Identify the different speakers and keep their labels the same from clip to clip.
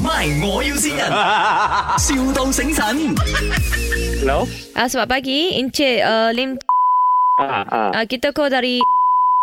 Speaker 1: MY，我要先人，,笑到醒神。
Speaker 2: Hello?
Speaker 3: Ah, selamat pagi. Encik uh, Lim
Speaker 2: Ah, ah,
Speaker 3: uh, kita call dari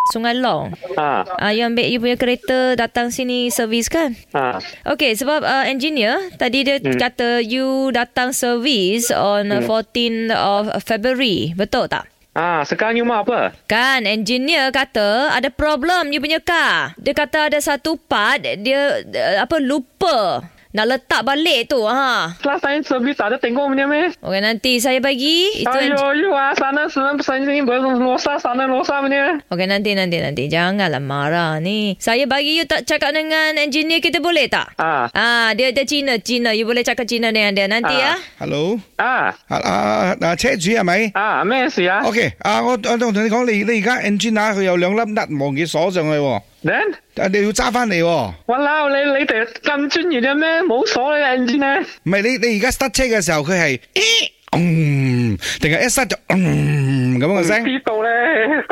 Speaker 3: Sungai Long.
Speaker 2: ah,
Speaker 3: Ah, you ambil you punya kereta datang sini servis kan?
Speaker 2: ah.
Speaker 3: Okay, sebab uh, engineer tadi dia hmm. kata you datang servis on hmm. 14 of February. Betul tak?
Speaker 2: Ah, sekarang you mak apa?
Speaker 3: Kan, engineer kata ada problem you punya car. Dia kata ada satu part dia uh, apa lupa nak letak balik tu. Ha.
Speaker 2: Last time service ada tengok punya meh.
Speaker 3: Okey, nanti saya bagi. Itu engi-
Speaker 2: Ayo, you ah, sana senang pesan sini belum losa sana losa punya.
Speaker 3: Okey nanti nanti nanti janganlah marah ni. Saya bagi you tak cakap dengan engineer kita boleh tak?
Speaker 2: Ah,
Speaker 3: Ah dia dia Cina Cina you boleh cakap Cina dengan dia nanti
Speaker 2: Ah.
Speaker 3: ya.
Speaker 4: Hello，À,
Speaker 2: ah,
Speaker 4: 啊啊啊車主係咪
Speaker 2: ah, 咩事啊
Speaker 4: à ？OK，啊 à, 我我同你講，你你而家 engine 啊，佢有兩粒粒忘記鎖上去喎，
Speaker 2: ？Then，
Speaker 4: 但你要揸翻嚟喎。
Speaker 2: 我撈你，你哋咁專業嘅咩？冇鎖你 engine 咧。
Speaker 4: 唔係你你而家塞車嘅時候，佢係咦嗯，定係一塞就嗯咁嘅聲？
Speaker 2: 知道咧，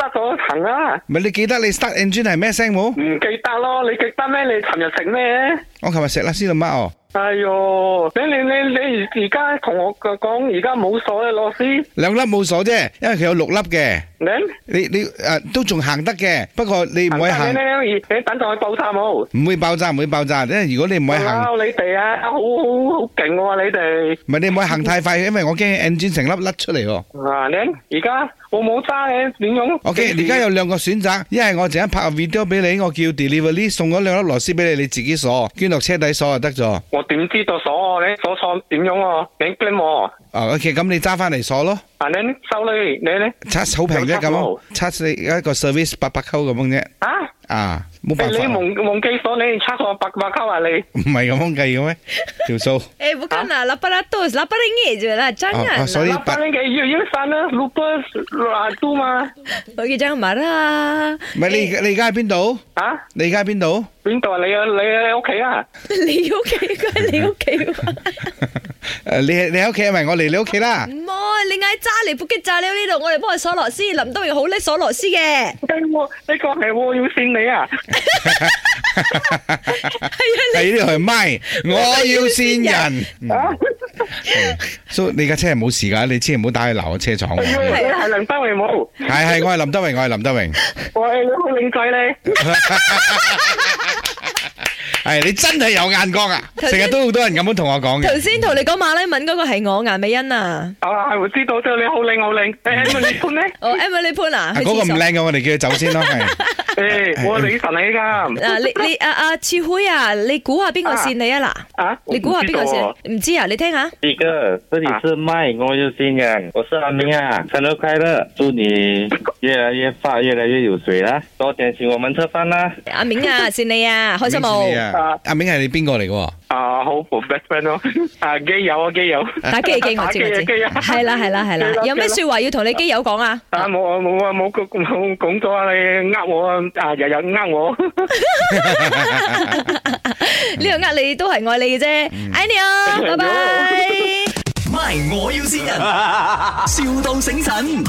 Speaker 2: 塞咗層啦。
Speaker 4: 唔係你記得你塞 engine 係咩聲冇？
Speaker 2: 唔記得咯，你記得咩？你尋日食咩？
Speaker 4: 我琴日食啦，斯林媽哦。
Speaker 2: 哎呦，你你你你而而家同我講，而家冇鎖你螺絲。
Speaker 4: 兩粒冇鎖啫，因為佢有六粒嘅。
Speaker 2: Then，
Speaker 4: 你你誒、呃都仲行得嘅，不過你唔可以行
Speaker 2: 你，你你等陣去爆炸冇？
Speaker 4: 唔會爆炸，唔會爆炸。因為如果你唔可以行。
Speaker 2: Wow, 你哋啊，好-好-好勁喎，你哋。
Speaker 4: 唔係你唔可以行太快，因為我驚 engine 成粒甩出嚟喎。
Speaker 2: Ờ, 啊，你而家我冇揸嘅，點樣？
Speaker 4: OK，而家有兩個選擇，一係我陣間拍個 video 俾你，我叫 delivery 送嗰兩粒螺絲俾你，你自己鎖，捐落車底鎖就得咗。
Speaker 2: 我點知道鎖我呢？鎖錯點樣喎？你blame我。啊，你收你，你呢？
Speaker 4: 啊，OK，咁你揸翻嚟鎖咯，
Speaker 2: À,
Speaker 4: 測好平啫咁
Speaker 2: 有
Speaker 4: 樣，測你一個 service 八百溝咁樣啫。
Speaker 2: 啊？你-
Speaker 4: 啊，冇辦法啦，
Speaker 2: 你忘-忘記鎖，你測我白白鳩啊，你。
Speaker 4: 唔係咁樣計嘅咩？條數
Speaker 3: Eh bukan
Speaker 2: Ah.
Speaker 3: lah 800 8 ringgit je lah jangan.
Speaker 4: Ah, ah, sorry.
Speaker 2: 嗱，
Speaker 4: 白-
Speaker 2: 翻嚟嘅，要-要刪啦，Lupus，啊，都嘛。啊？邊度啊你？
Speaker 3: Okey jangan marah.
Speaker 4: 唔 係你而家你而家喺邊度？ 你而家喺邊度？
Speaker 2: 你屋企啊？
Speaker 3: 你 okey kan ni okey.
Speaker 4: 誒，你係你喺屋企，咪我嚟你屋企 啦。
Speaker 3: Mo ni ngai cha ni bukit cha leo ni dong. Oi bo so lo si lam dong hou le so lo si eh. ge.
Speaker 2: 跟我，呢個係我要線你啊。
Speaker 4: 係呢度係咪？我要 線人。
Speaker 2: 啊？
Speaker 4: 所以你架車係冇事㗎，你千祈唔好打去鬧我車廠喎。
Speaker 2: 哎呦，你係梁德榮冇？
Speaker 4: 係 係，我係林德榮，我係林德榮。
Speaker 2: 喂，你好靚仔咧！
Speaker 4: 係你真係有眼光啊！
Speaker 3: 頭先
Speaker 4: 成日都好多人咁樣同我講嘅。
Speaker 3: Đầu tiên cùng ni讲马来文嗰个系我颜美欣啊。
Speaker 2: 啊，係我知道啫，你好靚好靚。誒，問你潘咧？
Speaker 3: 哦 Oh, Emily ah. Poon 啊，
Speaker 4: 啊
Speaker 3: 去
Speaker 4: 嗰個
Speaker 3: 廁
Speaker 4: 唔
Speaker 3: 所。
Speaker 4: 靚嘅，我哋叫佢走先咯。係
Speaker 2: 誒，我女神嚟噶。
Speaker 3: 啊，你你啊啊，次會啊，你估下邊個線你啊嗱
Speaker 2: 啊？
Speaker 3: 你估下邊個線？唔知啊，你聽 下。
Speaker 5: 一个，这里是麦，我有新人，我是阿明啊，生日快乐，祝你越来越发，越来越有水啦，多点请我们吃饭啦。
Speaker 3: 阿明啊，線你啊， 開心
Speaker 4: 明
Speaker 3: 冇？
Speaker 4: 先你啊阿明係你邊個嚟嘅喎？
Speaker 2: 啊，好，我 best friend 咯。啊，基友啊，基友。
Speaker 3: 打機機，我
Speaker 2: 打
Speaker 3: 知
Speaker 2: 機啊
Speaker 3: 我知。
Speaker 2: 機啊
Speaker 3: 係啦係啦係
Speaker 2: 機
Speaker 3: 啦
Speaker 2: 啦，
Speaker 3: 有咩
Speaker 2: 機啦
Speaker 3: 説話要同你基友講啊？
Speaker 2: 啊，冇啊，冇啊，冇講冇講咗啊！你呃我啊，啊，日日呃我。
Speaker 3: 呢個呃你都係愛你嘅啫，愛 你哦，拜拜。
Speaker 1: MY，我要先人，,笑到醒神。